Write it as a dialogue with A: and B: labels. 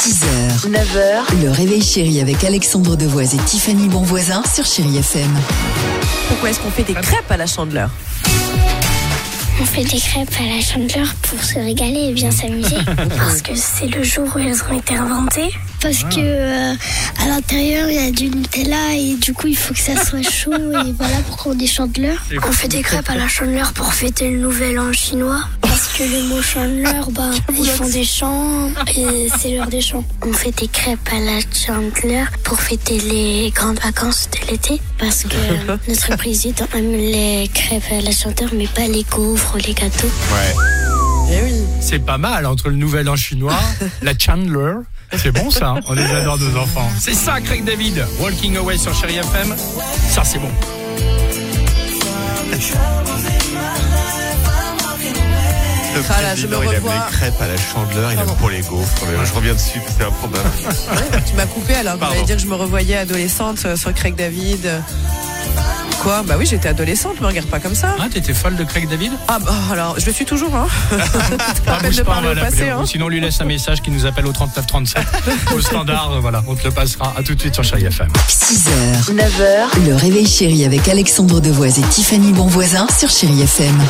A: 6h, 9h, le réveil chéri avec Alexandre Devoise et Tiffany Bonvoisin sur Chéri FM.
B: Pourquoi est-ce qu'on fait des crêpes à la chandeleur
C: On fait des crêpes à la chandeleur pour se régaler et bien s'amuser. parce que c'est le jour où elles ont été inventées. Parce que euh, à l'intérieur il y a du Nutella et du coup il faut que ça soit chaud et voilà pourquoi on est chandeleur. On fait des crêpes à la chandeleur pour fêter le nouvel an chinois. Parce que le mot chandeleur, bah, ils font des chants et c'est l'heure des chants. On fait des crêpes à la chandeleur pour fêter les grandes vacances de l'été. Parce que euh, notre président aime les crêpes à la chandeleur mais pas les gaufres, les gâteaux.
D: C'est pas mal entre le Nouvel An chinois, la Chandler. C'est bon ça, hein, on les adore nos enfants. C'est ça, Craig David, Walking Away sur Chéri FM. Ça, c'est bon.
E: Le
B: Ah là, je
E: président,
B: me
E: il aime
B: revois.
E: les crêpes à la chandeleur, il
B: Pardon.
E: aime pour les gaufres. Mais je reviens dessus, c'est improbable.
B: Tu m'as coupé alors.
E: Pardon.
B: Vous allez dire que je me revoyais adolescente euh, sur Craig David. Quoi Bah oui, j'étais adolescente, me regarde pas comme ça.
D: Ah, t'étais folle de Craig David
B: Ah
D: Ah,
B: bah alors, je le suis toujours, hein. C'est pas la peine
D: bouge
B: de
D: pas, on
B: parler
D: va
B: au
D: l'appeler.
B: passé, hein.
D: Ou Sinon, on lui laisse un message qui nous appelle au 3937. au standard, euh, voilà, on te le passera. À tout de suite sur Chéri FM.
A: 6h, 9h, le réveil chéri avec Alexandre Devoise et Tiffany Bonvoisin sur Chéri FM.